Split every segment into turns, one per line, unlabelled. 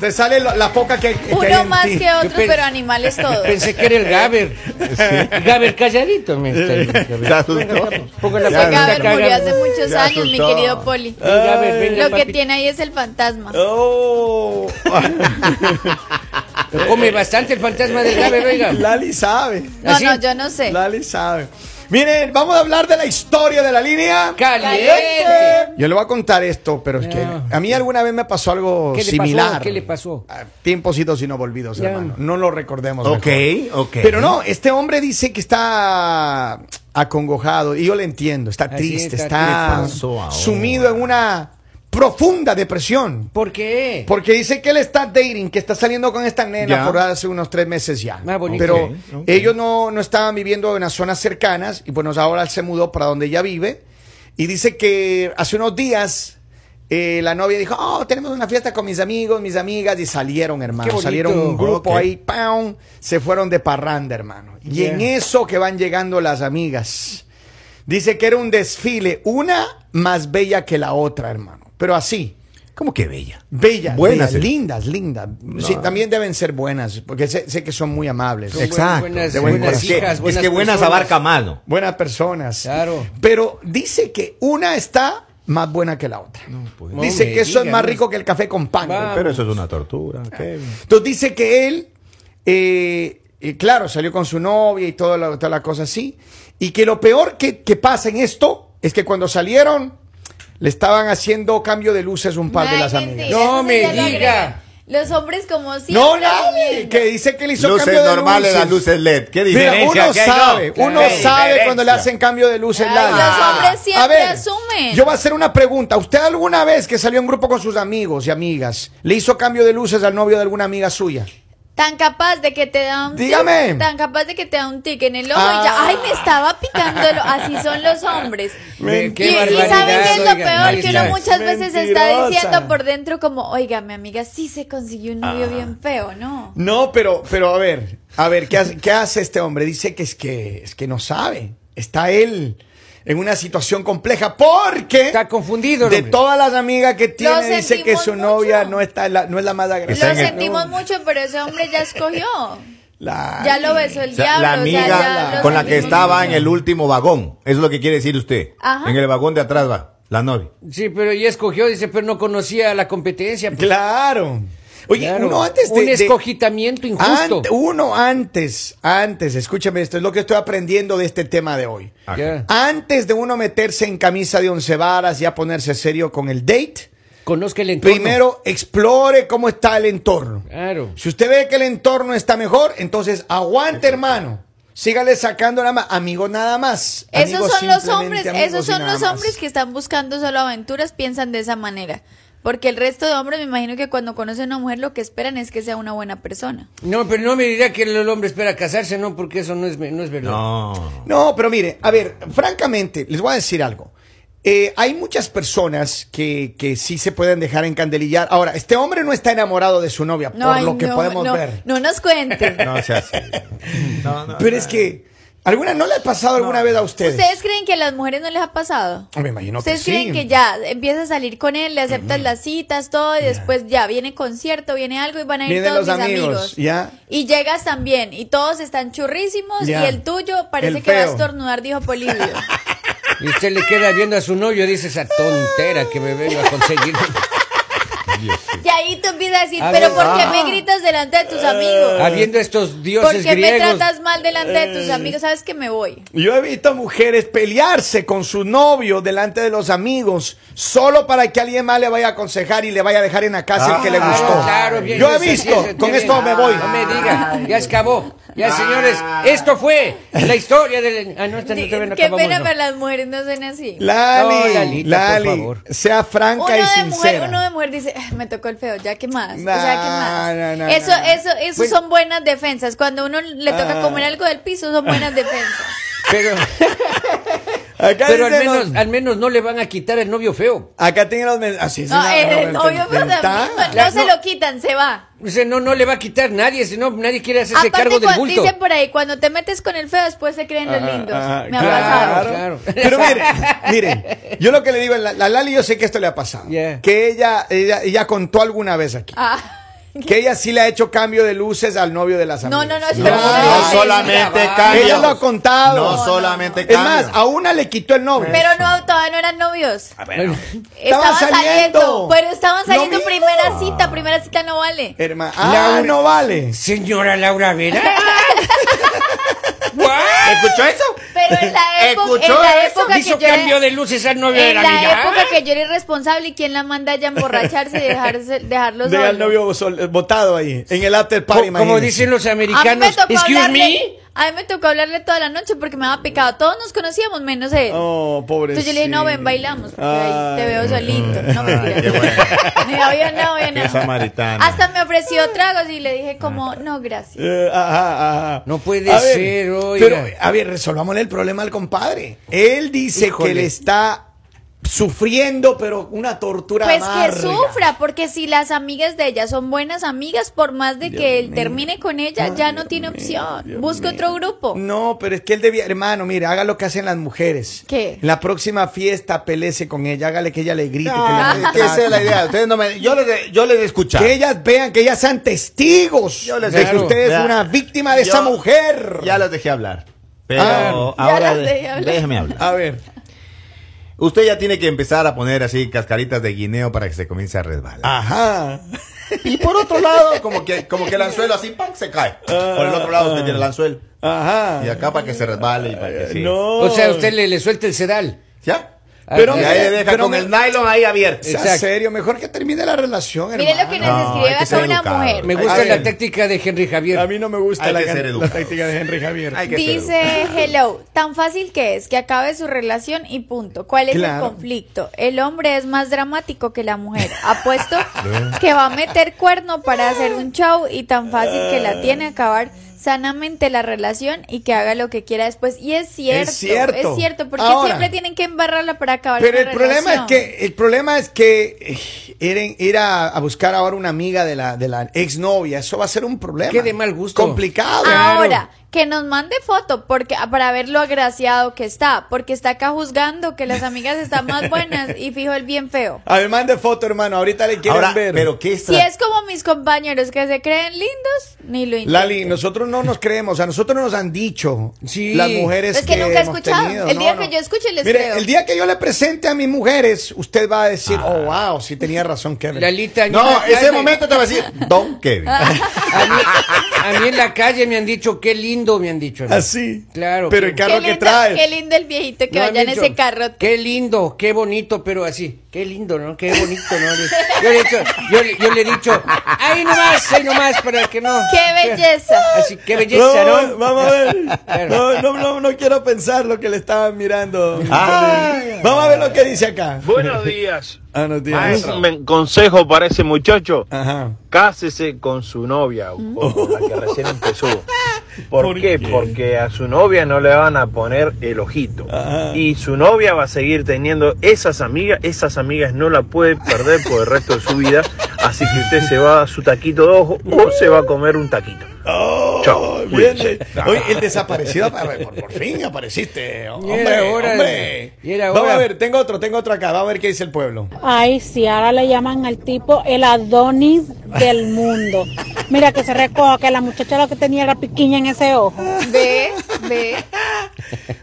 te sale lo- la poca que, que hay
Uno
en
más
ti.
que otro,
pens-
pero animales todos.
Pensé que era el Gaber. Gaber calladito me está.
Eh,
el Gaber.
Se asustó.
Gaber, ponga la
Fue
Ya, no.
patita
Gaber
acá,
murió hace
Gaber.
muchos
Ya
años, mi
asustó.
querido
Ah,
Poli.
El Gaber, venga,
Lo que
papito.
tiene ahí es el fantasma.
Oh,
Pero Come bastante el fantasma del Gaber, oiga. ¿Ah,
Lali sabe.
No,
¿Así?
no, yo no sé.
Lali sabe. Miren, vamos a hablar de la historia de la línea.
Caliente.
Yo le voy a contar esto, pero es que
No.
a mí alguna vez me pasó algo
¿Qué le pasó?
similar.
¿Qué le pasó?
Ah, Tiempos idos y no volvidos,
Ya.
hermano. No lo recordemos.
Ok,
mejor.
ok.
Pero no, este hombre dice que está acongojado y yo le entiendo. Está
Así
triste,
está,
está,
¿qué pasó ahora?
sumido en una profunda depresión.
¿Por qué?
Porque dice que él está dating, que está saliendo con esta nena
Ya.
por hace unos tres meses ya.
Ah, bonito.
Pero
Ok, ok.
ellos no, no estaban viviendo en las zonas cercanas y pues ahora él se mudó para donde ella vive. Y dice que hace unos días eh, la novia dijo, oh, tenemos una fiesta con mis amigos, mis amigas. Y salieron, hermano.
bonito.
Salieron un grupo
Ok.
ahí, ¡pam! Se fueron de parranda, hermano. Y
Yeah.
en eso que van llegando las amigas. Dice que era un desfile, una más bella que la otra, hermano. Pero así.
¿Cómo que bella?
Bellas,
Buenas,
bellas,
eh.
lindas, lindas. Sí, también deben ser buenas, porque sé, sé que son muy amables.
Son buen-
Exacto.
Buenas,
de buen
buenas
corazón.
hijas,
es
buenas
que buenas
personas.
abarca mano.
Buenas personas.
Claro.
Pero dice que una está más buena que la otra.
pues.
dice
No
que
me
eso es
diga,
más
no.
rico que el café con pan.
Va.
Pero eso es una tortura. Kevin.
Entonces dice que él, eh, eh, claro, salió con su novia y toda la, toda la cosa así. Y que lo peor que, que pasa en esto es que cuando salieron, le estaban haciendo cambio de luces un par de
Ay,
las
mentira,
amigas.
No
eso sí
me
ya lo
diga.
agregan. Los hombres como siempre.
No, nadie.
viviendo.
Que dice que le hizo
Luces
cambio de
normales,
luces.
las luces LED. ¿Qué
Mira,
diferencia?
uno
¿Qué hay?
sabe,
No,
claro.
uno
¿qué
sabe cuando le
diferencia?
hacen cambio de luces.
Ay,
Lali.
los hombres siempre
a ver,
asumen.
Yo voy a hacer una pregunta. ¿Usted alguna vez que salió en grupo con sus amigos y amigas le hizo cambio de luces al novio de alguna amiga suya?
Tan capaz de que te da un tic,
Dígame.
Tan capaz de que te da un tic en el ojo
Ah.
y ya. Ay, me estaba picando el ojo. Así son los hombres.
Me-
Y,
qué
y
barbaridad,
saben que es lo
oiga,
peor, que uno
barbaridad.
muchas veces está
Mentirosa.
diciendo por dentro como, oiga, mi amiga sí se consiguió un
Ah.
novio bien feo, ¿no?
No, pero, pero a ver, a ver, ¿qué hace, qué hace este hombre? Dice que es que es que no sabe. Está él en una situación compleja porque
Está confundido, el
de
hombre.
todas las amigas que tiene
Lo
dice que
sentimos
su
mucho.
novia no está la- no es la más
Lo
agresiva.
Está en el-
sentimos mucho, pero ese hombre ya escogió.
La-
Ya lo besó el
O sea,
diablo.
la
o sea,
amiga
ya lo
con la que
sentimos
estaba
mucho.
en el último vagón. Eso es lo que quiere decir usted.
Ajá.
En el vagón de atrás va la novia.
Sí, pero ella escogió, dice, pero no conocía la competencia. pues.
Claro. Oye,
Claro.
uno antes de,
Un
de-
escogitamiento injusto.
Ante- uno antes, antes, escúchame esto, es lo que estoy aprendiendo de este tema de hoy.
Ajá.
Ya.
Ah. Antes de uno meterse en camisa de once varas y a ponerse serio con el date,
Conozca el entorno. Ah.
primero explore cómo está el entorno.
Claro.
Si usted ve que el entorno está mejor, entonces aguante, hermano. Sígale sacando nada más, amigo nada más.
Esos
Amigos
son los
simplemente
hombres,
amigos
esos
y
son
nada
los
más.
hombres que están buscando solo aventuras, piensan de esa manera. Porque el resto de hombres, me imagino que cuando conocen a una mujer, lo que esperan es que sea una buena persona.
No, pero no me dirá que el hombre espera casarse, no, porque eso no es, no es verdad.
No.
No, pero mire, a ver, francamente, les voy a decir algo. Eh, hay muchas personas que, que sí se pueden dejar encandelillar. Ahora, este hombre no está enamorado de su novia,
No,
por
ay,
lo que
no,
podemos
no,
ver.
no nos cuenten.
No sea así. No, no,
pero
no.
es que, ¿alguna no le ha pasado alguna vez a ustedes?
¿Ustedes creen que a las mujeres no les ha pasado?
Me imagino que
¿Ustedes
sí.
creen que ya empiezas a salir con él, le aceptas las citas, todo, y después ya viene concierto, viene algo y van a ir
Vienen
todos
los
mis amigos?
amigos, ya.
Y llegas también, y todos están churrísimos,
Ya.
y el tuyo parece
El
que va a
feo.
estornudar, dijo Polivio.
Y usted le queda viendo a su novio, dice esa tontera que me vengo a conseguir.
Y ahí tú empiezas a decir,
A
pero
ver,
¿por qué
ah.
me gritas delante de tus
Ah,
amigos?
Habiendo estos dioses
¿Por qué me
griegos.
tratas mal delante de
Eh.
tus amigos? Sabes que me voy.
Yo he visto mujeres pelearse con su novio delante de los amigos solo para que alguien más le vaya a aconsejar y le vaya a dejar en la casa el que le
Ah,
gustó.
Claro, bien,
Yo he
sí, sí,
visto,
sí,
con
bien.
esto me voy. Ah.
No me diga, ya se acabó. Ya, señores, esto fue la historia del... Ah, no, esta no,
Di-
todavía no
Qué
acabamos,
pena,
no.
pero las mujeres no son así.
Lali,
No, Lalita, por
Lali,
favor.
sea franca
Uno
y
de, mujer,
sincera.
uno de mujer dice, "Ah, me tocó el feo, ya que más.
Nah,
o sea, ¿qué más?
nah, nah,
eso,
nah.
eso, eso
Pues-
son buenas defensas. Cuando uno le toca
Ah.
comer algo del piso, son buenas defensas.
Pero,
Acá
pero al,
dicen
menos,
los-
al menos no le van a quitar el novio feo.
acá tienen los ah, mensajes. Así es
No,
una-
eh,
una-
obvio, pero
¿Está?
también, no,
La-
se
no.
lo quitan, se va.
O sea, no, no le va a quitar nadie, si no, nadie quiere hacerse cargo
Aparte,
del
cuando
bulto.
dicen por ahí, cuando te metes con el feo, después se creen los lindos.
Ah,
me ha
claro.
pasado.
claro.
Pero miren, miren, yo lo que le digo, la, la Lali yo sé que esto le ha pasado.
Yeah.
Que ella, ella, ella contó alguna vez aquí.
Ah.
Que ella sí le ha hecho cambio de luces al novio de las
No,
amigas.
no, no,
No,
Pero
no
no,
solamente
mira,
cambios.
Ella lo ha contado.
No,
No,
solamente
Es
cambios.
más, a una le quitó el novio.
Pero no, todavía no eran novios.
Pues Estaban
Estaban saliendo.
saliendo.
Pero estaban
Lo
saliendo
mismo.
primera cita. Primera cita no vale.
Herma- ah,
Laura-
no vale.
Señora Laura Vera. ¿What?
¿Escuchó eso?
Pero en la época, en
¿Escuchó
la
eso?
época que
Hizo
yo era-
cambio de luces al novio de
en
la
la
amiga.
época que yo era irresponsable y quién la manda ya a emborracharse y dejarse, dejarlo
Deja al
solo?
novio sol- botado ahí, en el after
Co-
party,
como
imagínense.
dicen los
A mí me
americanos,
tocó
excuse
hablarle,
me.
a mí me tocó hablarle toda la noche porque me daba pecado. Todos nos conocíamos menos él.
Oh, pobre.
Entonces yo le dije, no, ven, bailamos. porque ahí te veo solito. No, mentira.
qué bueno.
Me dijo, "Oye, no, oye, no".
Qué samaritana.
Hasta me ofreció tragos y le dije como, no, gracias.
Eh, ajá, ajá.
No puede
A ver,
ser, oiga.
Pero, a ver, resolvámosle el problema al compadre. Él dice
Híjole.
que le está sufriendo, pero una tortura
Pues
amarga.
que sufra, porque si las amigas de ella son buenas amigas, por más de que él termine con ella, ya no tiene opción. Busca otro grupo.
No, pero es que él debía, hermano, mire, haga lo que hacen las mujeres.
¿Qué?
En la próxima fiesta pelece con ella, hágale que ella le grite. que la
Ah, que esa es la idea. Ustedes no me- yo les, yo les he escuchado.
Que ellas vean, que ellas sean testigos
Yo les
de que
digo,
usted es
vea,
una víctima de
yo-
esa mujer.
Ya las dejé hablar. Pero
Ah,
ya
ahora
las
de-
dejé hablar.
déjeme hablar.
A ver,
Usted ya tiene que empezar a poner así cascaritas de guineo para que se comience a resbalar.
Ah. ajá.
Y por otro lado, como que, como que el anzuelo así, ¡pam! se cae.
Ah.
Por el otro lado usted tiene el anzuelo.
Ajá.
Y acá para que se resbale y para que sí.
Ah, No.
O sea, usted le, le suelta el sedal.
¿Ya?
Pero
y
mira,
ahí le deja
pero
con
mira.
el nylon ahí abierto.
Sea
Exacto.
serio, mejor que termine la relación, hermano.
Miren lo que
No,
nos escribe
hay que
acá
ser
una
educado.
mujer.
Me
A
gusta
ver.
la táctica de Henry
A
Javier.
mí no me gusta
Hay
la,
que ser
la
educado.
táctica de Henry Javier.
Hay que ser
Dice Hello, tan fácil que es que acabe su relación y punto. ¿Cuál es
Claro.
el conflicto? El hombre es más dramático que la mujer. Apuesto que va a meter cuerno para hacer un show y tan fácil que
Ah.
la tiene acabar sanamente la relación y que haga lo que quiera después. Y es cierto, es cierto,
cierto.
porque
Ahora.
siempre tienen que embarrarla para acabar
Pero
una
el problema es
relación.
que el problema es que eh, ir, en- ir a, a buscar ahora una amiga de la de la exnovia, eso va a ser un problema.
Qué de mal gusto.
Complicado.
Claro.
Ahora, que nos mande foto porque para ver lo agraciado que está, porque está acá juzgando que las amigas están más buenas y fijo el bien feo.
A ver, mande foto, hermano. Ahorita le quieren
Ahora,
ver.
pero qué
Si
estra-
es como mis compañeros que se creen lindos, ni lo intento.
Lali, nosotros no nos creemos, a nosotros nos han dicho
Sí.
las mujeres
Es que nunca he
hemos
escuchado.
tenido.
El día que yo escuche, les
Mire,
creo.
el día que yo le presente a mis mujeres, usted va a decir, oh, wow, sí tenía razón Kevin.
Ah. Lalita,
No,
en la
ese
calle-
momento te va a decir, Don Kevin.
A mí, a mí en la calle me han dicho, qué lindo me han dicho. a mí.
Así.
Claro.
Ah, Pero el
qué-
carro
qué
que
lindo,
trae.
Qué lindo el viejito que
no,
vaya en
han dicho,
ese carro.
Qué lindo, qué bonito, pero así. Qué lindo, ¿no? Qué bonito, ¿no? Yo le he dicho, yo, le- yo le he dicho, ahí nomás, ahí nomás, para que no.
¡Qué belleza!
Así, qué belleza, ¿no?
Vamos a ver.
Claro.
No, no, no, no quiero pensar lo que le estaban mirando.
Ay.
Vamos a ver lo que dice acá.
Buenos días.
Ah, no tiene
Maestro.
razón.
Un consejo para ese muchacho.
Ajá.
Cásese con su novia, o con la que recién empezó. ¿Por,
¿Por
qué?
qué?
Porque a su novia no le van a poner el ojito. Y su novia va a seguir teniendo esas amigas. Esas amigas no la puede perder por el resto de su vida. Así que usted se va a su taquito de ojo o se va a comer un taquito.
Oh,
Chao,
bien.
cuídense.
Oye, el desaparecido, apare- por, por fin apareciste. Hombre,
hora de-
hombre.
y era
Vamos
hora.
a ver, tengo otro, tengo otro acá. Vamos a ver qué dice el pueblo.
Ay, sí, ahora le llaman al tipo el Adonis del mundo. Mira que se recoja, que la muchacha lo que tenía era piquiña en ese ojo.
Ve, ve.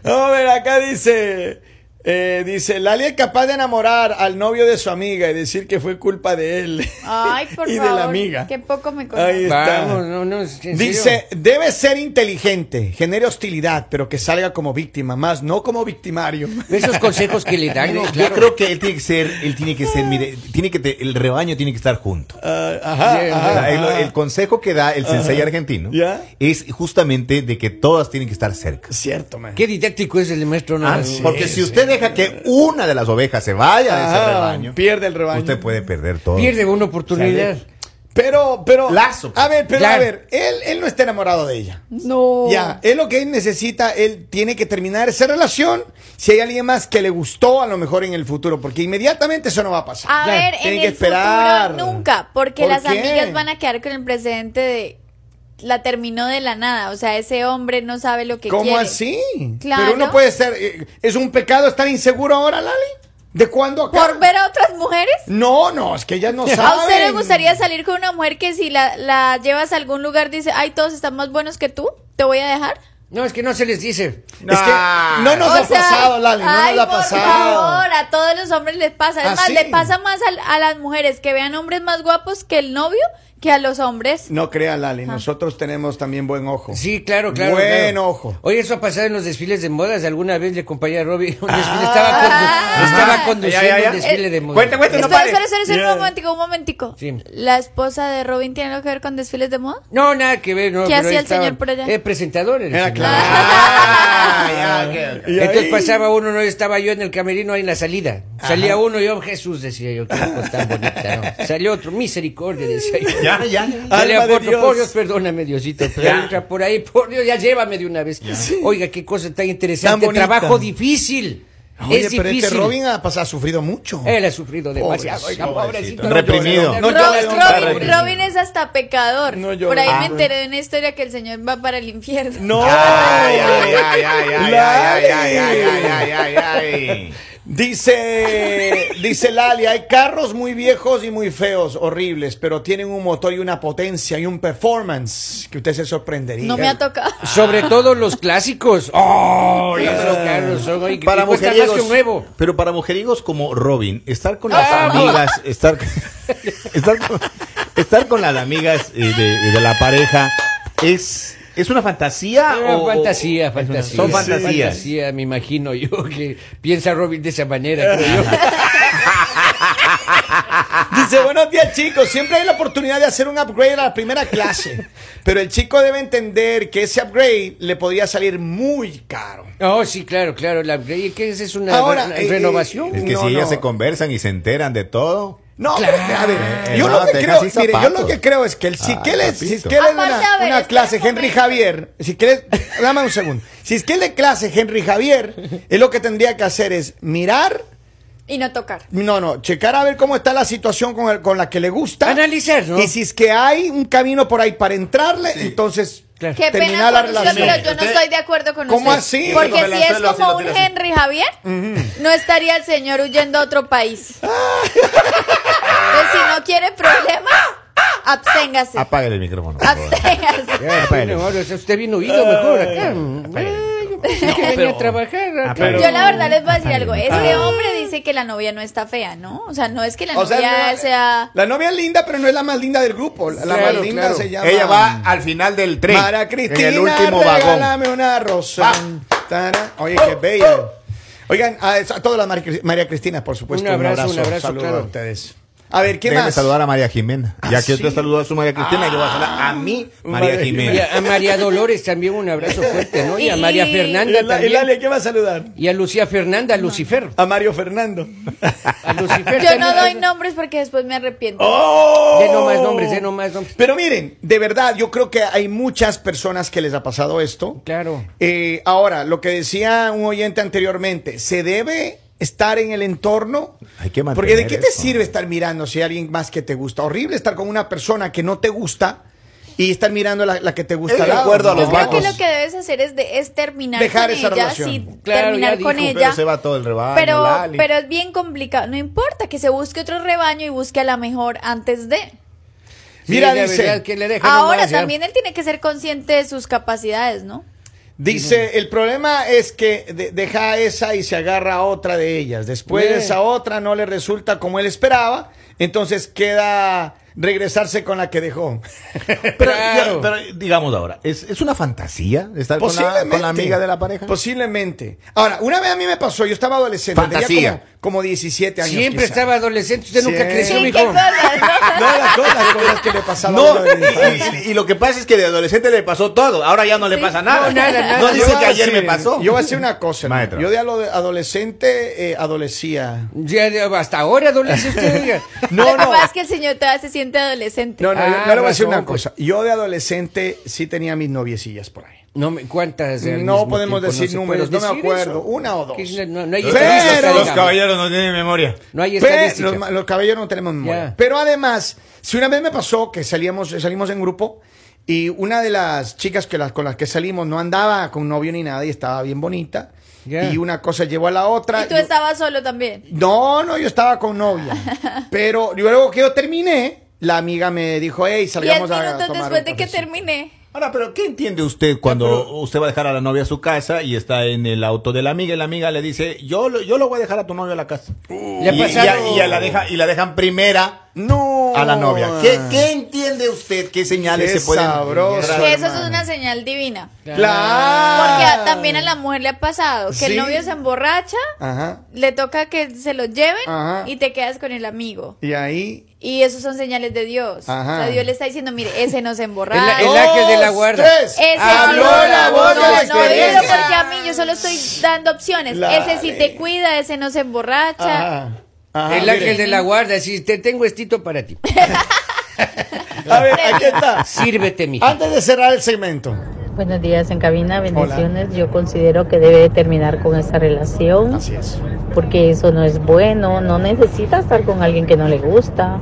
Vamos a ver, acá dice. eh, dice, Lali es capaz de enamorar al novio de su amiga y decir que fue culpa de él.
Ay, por
y
favor.
de la amiga.
Qué poco me
Ahí
conoce.
está.
Vamos, no, no, en serio.
Dice, debe ser inteligente, genere hostilidad, pero que salga como víctima, más no como victimario.
Esos consejos que le dan,
Mire,
claro.
Yo creo que él tiene que ser, él tiene que ser, mire, tiene que te- el rebaño tiene que estar junto.
Ah, ajá,
Bien,
ajá,
O sea,
ajá.
el, el consejo que da el sensei argentino
Ya.
es justamente de que todas tienen que estar cerca.
Cierto, man.
Qué didáctico es el maestro. Eh, ¿no?
Ah, porque si usted deja que una de las ovejas se vaya de ese
Ajá,
rebaño,
Ah, pierde el rebaño.
usted puede perder todo.
Pierde una oportunidad.
Pero, pero.
Lazo.
A ver, pero a
Claro.
ver, él, él no está enamorado de ella.
No.
Ya, es lo que él necesita, él tiene que terminar esa relación. Si hay alguien más que le gustó, a lo mejor en el futuro, porque inmediatamente eso no va a pasar.
A
Claro,
ver,
tienen
en
que
el
esperar.
futuro nunca, porque
¿Por
las
qué?
amigas van a quedar con el precedente de la terminó de la nada, o sea, ese hombre no sabe lo que
¿Cómo
quiere.
así?
Claro.
Pero uno puede ser. eh, ¿Es un pecado estar inseguro ahora, Lali? ¿De cuándo acá?
¿Por ver a otras mujeres?
No, no, es que ellas no saben.
¿A usted le gustaría salir con una mujer que si la, la llevas a algún lugar dice, ay, todos están más buenos que tú, te voy a dejar?
No, es que no se les dice.
Es que no nos
O
ha
sea,
pasado, Lali, no
ay,
nos la ha
por
pasado.
favor, a todos los hombres les pasa.
¿Ah,
Además,
sí?
le pasa más al- a, las mujeres que vean hombres más guapos que el novio que a los hombres.
No crea, Lali, nosotros tenemos también buen ojo.
Sí, claro, claro.
Buen
claro.
ojo.
Oye, eso ha pasado en los desfiles de modas. Alguna vez le acompañé a Robbie. Un desfile estaba, condu- estaba conduciendo
Ah. Ya, Eh, ya, ya.
un desfile de modas.
Cuente, cuente, no
Espera,
pare.
espera, espera, espera, un momentico, un momentico.
Sí.
¿La esposa de Robin tiene algo que ver con desfiles de moda?
No, nada que ver. No,
¿Qué
pero
hacía
ahí
el señor
estaban-
por allá?
Eh, presentador. el
Era
señor.
claro.
Ah, ya, ok, ok.
Y
Entonces
ahí-
pasaba uno, no estaba yo en el camerino ahí en la salida. Salía uno, yo, "Oh, Jesús, decía yo, qué cosa tan bonita, ¿no? Salió otro, misericordia, decía yo.
Ya, ya.
Sale
Alma
a
de
por
Dios.
por Dios, perdóname, Diosito, pero entra por ahí, por Dios, ya llévame de una vez. Oiga, qué cosa tan interesante,
Tan bonita.
trabajo difícil.
Oye,
es
pero
difícil. Eh,
este Robin ha, pasado- ha sufrido mucho.
Él ha sufrido demasiado,
Pobrecito,
oiga, pobrecito.
pobrecito. Reprimido.
No,
No, llores,
Ro-
llores,
Robin,
no llores.
Robin es hasta pecador.
No llores.
Por ahí
Ah.
me enteré de una historia que el señor va para el infierno.
No.
Ay, ay, ay, ay, ay, ay, ay, ay, ay, ay, ay, ay, ay, ay.
Dice, dice Lali, hay carros muy viejos y muy feos, horribles, pero tienen un motor y una potencia y un performance que usted se sorprendería.
No me ha tocado.
Sobre todo los clásicos. ¡Oh! esos carros son, oiga,
Para
y cuestan más que
mujerigos,
un nuevo.
pero para mujerigos como Robin, estar con las
Ah,
amigas, estar, estar, con, estar con las amigas eh, de, de la pareja es, es una fantasía.
Ah,
oh,
o-
fantasía,
o-
fantasía.
Son
Sí,
fantasías.
fantasía, me imagino yo que piensa Robin de esa manera. creo yo.
Ah,
Dice, buenos días chicos, siempre hay la oportunidad de hacer un upgrade a la primera clase, pero el chico debe entender que ese upgrade le podría salir muy caro.
No, sí, claro, claro. La, ¿y ¿Qué es? ¿Es una
Ahora,
re-
eh, eh,
renovación?
Es que
No,
si ellas
no.
se conversan y se enteran de todo.
No, pero, a ver,
Eh,
yo,
no,
lo que
te
creo,
dejan sin
mire, yo
zapatos.
lo que creo es que el, si
Ah,
que le, si es
papito.
que le dan
Aparte,
una,
a ver,
una
espera
clase
un
Henry
momento.
Javier, si quieres, dame un segundo, si es que le clase Henry Javier, es lo que tendría que hacer es mirar,
Y no tocar.
no, no, checar a ver cómo está la situación con, el- con la que le gusta.
Analizar, ¿no?
Y si es que hay un camino por ahí para entrarle, entonces
Claro.
Qué
terminar la
pena con usted,
relación.
pero yo no
Usted-
estoy de acuerdo con
¿Cómo
usted.
así?
Usted
Porque
coge
si
el
es
anzuelo,
como un
así lo tira así.
Henry Javier, no estaría el señor huyendo a otro país.
Ah.
Entonces, si no quiere problemas, absténgase.
Ah,
Apágale el micrófono. por favor.
Absténgase.
Ah, bueno, ahora usted vino oído mejor
Ah.
acá.
Apágale.
Yo pensé que venía a trabajar acá.
Ah, pero-
Yo la verdad les voy a decir algo. Este
Ah.
hombre dice que la novia no está fea, ¿no? O sea, no es que la
O sea,
novia
no-
sea...
La novia es linda, pero no es la más linda del grupo. La, la
Claro,
más linda
claro.
se llama.
Ella va al final del tren.
Mara Cristina,
en el último vagón. Oh,
regálame una rosa. Tara. Oye, qué bella. Oigan, a, a todas las Mar- María Cristina, por supuesto.
Un abrazo, un abrazo,
Saludo
claro.
a ustedes. A ver, ¿qué
Déjame
más?
saludar a María Jimena. Ya que
sí. Ah,
usted saludó a su María Cristina, yo voy a saludar a mi María
Y
Jimena.
a, a María Dolores también un abrazo fuerte, ¿no? Y a
Y-
María
El-
Fernanda
el- el
también.
Ale, ¿qué va a saludar?
Y a Lucía Fernanda, a Lucifer.
A Mario Fernando.
A Lucifer
Yo
también.
no doy nombres porque después me arrepiento.
¡Oh!
De no más nombres, de no más nombres.
Pero miren, de verdad, yo creo que hay muchas personas que les ha pasado esto.
Claro.
Eh, ahora, lo que decía un oyente anteriormente, ¿se debe estar en el entorno?
Hay que mantener
Porque ¿de qué te
eso.
sirve estar mirando si hay alguien más que te gusta? Horrible estar con una persona que no te gusta y estar mirando la, la que te gusta.
Es de
al lado,
acuerdo a
¿no?
Yo
los
creo que
vagos.
lo que debes hacer es, de, es terminar
Dejar
con
esa
ella,
relación.
sí,
Claro,
terminar
ya
con
dijo,
ella.
Pero se va todo el
Ah,
rebaño.
Pero,
Lali.
pero es bien complicado. No importa que se busque otro rebaño y busque a la mejor antes de.
Sí,
Mira,
la
dice-
verdad que le deja
Ahora
nomás, ¿eh? ya.
también él tiene que ser consciente de sus capacidades, ¿no?
Dice, el problema es que de- deja esa y se agarra a otra de ellas. Después
Bien.
esa otra no le resulta como él esperaba, entonces queda regresarse con la que dejó.
Pero,
Claro.
pero digamos ahora, ¿es, es una fantasía estar con la,
Posiblemente.
con la amiga de la pareja?
Posiblemente. Ahora, una vez a mí me pasó, yo estaba adolescente, tenía
Fantasía.
como, como 17 años.
Siempre
quizá.
estaba adolescente, usted nunca
Siempre.
creció,
Sí,
qué
mijo.
cosas, ¿no?
No, las cosas, las cosas que le pasaban. a
No,
uno en la
y,
infancia.
y- y lo que pasa es que de adolescente le pasó todo, ahora ya no le
Sí.
pasa nada.
No, nada, nada.
No dice
Yo
que
voy a
ayer me
decir-
pasó.
Yo voy a decir una cosa. hermano.
Maestro.
Yo de ado- adolescente eh, adolecía.
Ya, de- hasta ahora adolescente usted, oiga.
No,
Lo que
no.
pasa es que el señor todavía se siente adolescente.
No, no,
Ah,
yo- no le voy a decir
razón,
una
pues.
cosa. Yo de adolescente sí tenía mis noviecillas por ahí.
No me, ¿Cuántas? al
No
mismo
podemos
tiempo?
decir
se
números,
puede
no me
decir
acuerdo,
eso.
una o dos.
Que No, no hay
Pero-
estadística,
Los
digamos.
no tienen memoria.
No hay
Pe-
estadística.
los, ma- los caballeros no tenemos memoria.
Ya.
Pero además, si una vez me pasó que salíamos, salimos en grupo Y una de las chicas que las, con las que salimos no andaba con novio ni nada y estaba bien bonita.
Ya.
Y una cosa llevó a la otra.
Y tú
Yo-
estabas solo también.
No, no, yo estaba con novia. Pero luego que yo terminé, la amiga me dijo, hey,
Diez
salgamos a
minutos
tomar un
después de que
cafecito".
terminé.
Ahora, pero ¿qué entiende usted cuando usted va a dejar a la novia a su casa y está en el auto de la amiga y la amiga le dice, yo lo, yo lo voy a dejar a tu novio a la casa?
Uh.
Le ha
y, y ya-
pasado-
y ya la deja, y la dejan primera
No.
a la
Oh,
novia. ¿Qué, qué entiende usted? ¿Qué señales
Qué
se pueden
sabroso.
dar?
Claro,
Que eso es
hermano.
una señal divina.
Claro.
Porque a- también a la mujer le ha pasado que
Ah. Sí.
el novio se emborracha,
Ajá.
le toca que se lo lleven
Ajá.
y te quedas con el amigo.
Y ahí.
Y esos son señales de Dios.
Ajá.
O sea, Dios le está diciendo, mire, ese no se
El,
emborracha.
el ángel de la
Dos,
guarda.
tres.
Ese
Habló
sí.
la
No,
voz de la
no,
experiencia.
pero porque a mí yo solo estoy dando opciones.
Claro.
Ese sí te cuida, ese no se emborracha.
Ajá. Ajá,
el
mire.
ángel de la guarda. Si te tengo estito para ti.
A ver, aquí está.
Sírvete, mi
Antes Ah, de cerrar el segmento.
Buenos días en cabina, bendiciones. Yo considero que debe de terminar con esa relación
Así es.
porque eso no es bueno. No necesita estar con alguien que no le gusta.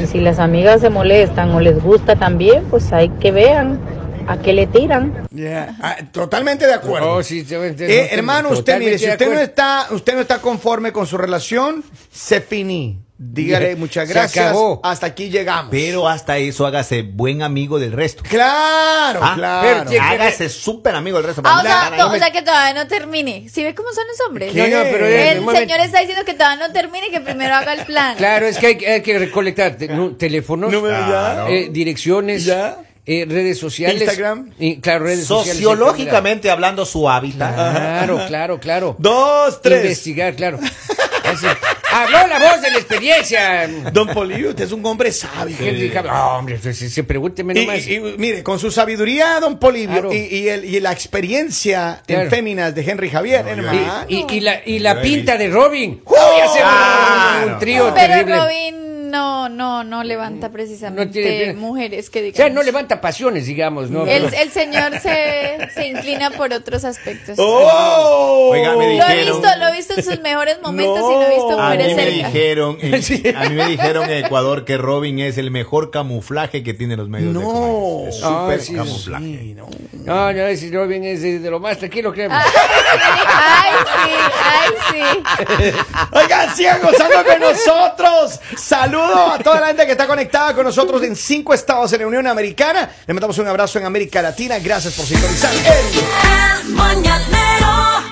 Y si las amigas se molestan o les gusta también, pues hay que vean a qué le tiran.
Yeah. Ah, totalmente de acuerdo.
Oh, sí, te- te-
Eh,
no,
hermano,
totalmente
usted mire, si
de
usted no
acuerdo.
está, usted no está conforme con su relación, se finí. Dígale
Ya,
muchas
se
gracias.
acabó.
Hasta aquí llegamos.
Pero hasta eso hágase buen amigo del resto.
claro,
Ah,
claro.
pero-
Hágase súper amigo del resto.
Ah, o, sea,
Para-
to- o sea, que todavía no termine. ¿Sí ve cómo son los hombres?
¿Qué?
No, no, pero eh,
El
un momento.
señor está diciendo que todavía no termine y que primero haga el plan.
Claro, es que hay, que- hay que recolectar te- nu- teléfonos,
Número ya.
eh, direcciones,
Ya.
eh, redes sociales.
Instagram.
Y, claro, redes sociales,
Sociológicamente hablando, su hábitat.
etcétera. Claro, claro, claro.
Dos, tres.
Investigar, claro. Así. Habló la voz de la experiencia.
Don Polillo, usted es un hombre sabio.
Henry Cavill. Ah, hombre, pues, sí, sí, pregúnteme
Y,
nomás.
y- y, mire, con su sabiduría, don Polivio,
Claro.
y, y el- y la experiencia en
Claro.
féminas de Henry Javier, hermano.
Y- y- y la, y la
Yo he
pinta de Robin.
¡Oh!
se va a un
Claro.
trío
Pero
terrible.
Robin no, no, no levanta precisamente
No tiene-
mujeres que
O sea,
digan.
no levanta pasiones, digamos, ¿no?
el, el señor se, se inclina por otros aspectos.
¡Oh!
Oiga, me
Lo he
dijeron-
visto, lo he visto en sus mejores momentos y lo he visto
A mí
mujeres
me
cerca.
dijeron, en-
Sí.
a mí me dijeron en Ecuador que Robin es el mejor camuflaje que tienen los medios. de
No.
comunicación. Es
No,
súper
Ah, sí,
camuflaje.
No, no, ese Robin es de, de lo más tranquilo, créeme.
Ah. Ay, sí, ay, sí.
Oigan, sigan gozando con nosotros. Saludo a toda la gente que está conectada con nosotros en cinco estados en la Unión Americana. Le mandamos un abrazo en América Latina. Gracias por sintonizar.
El mañanero.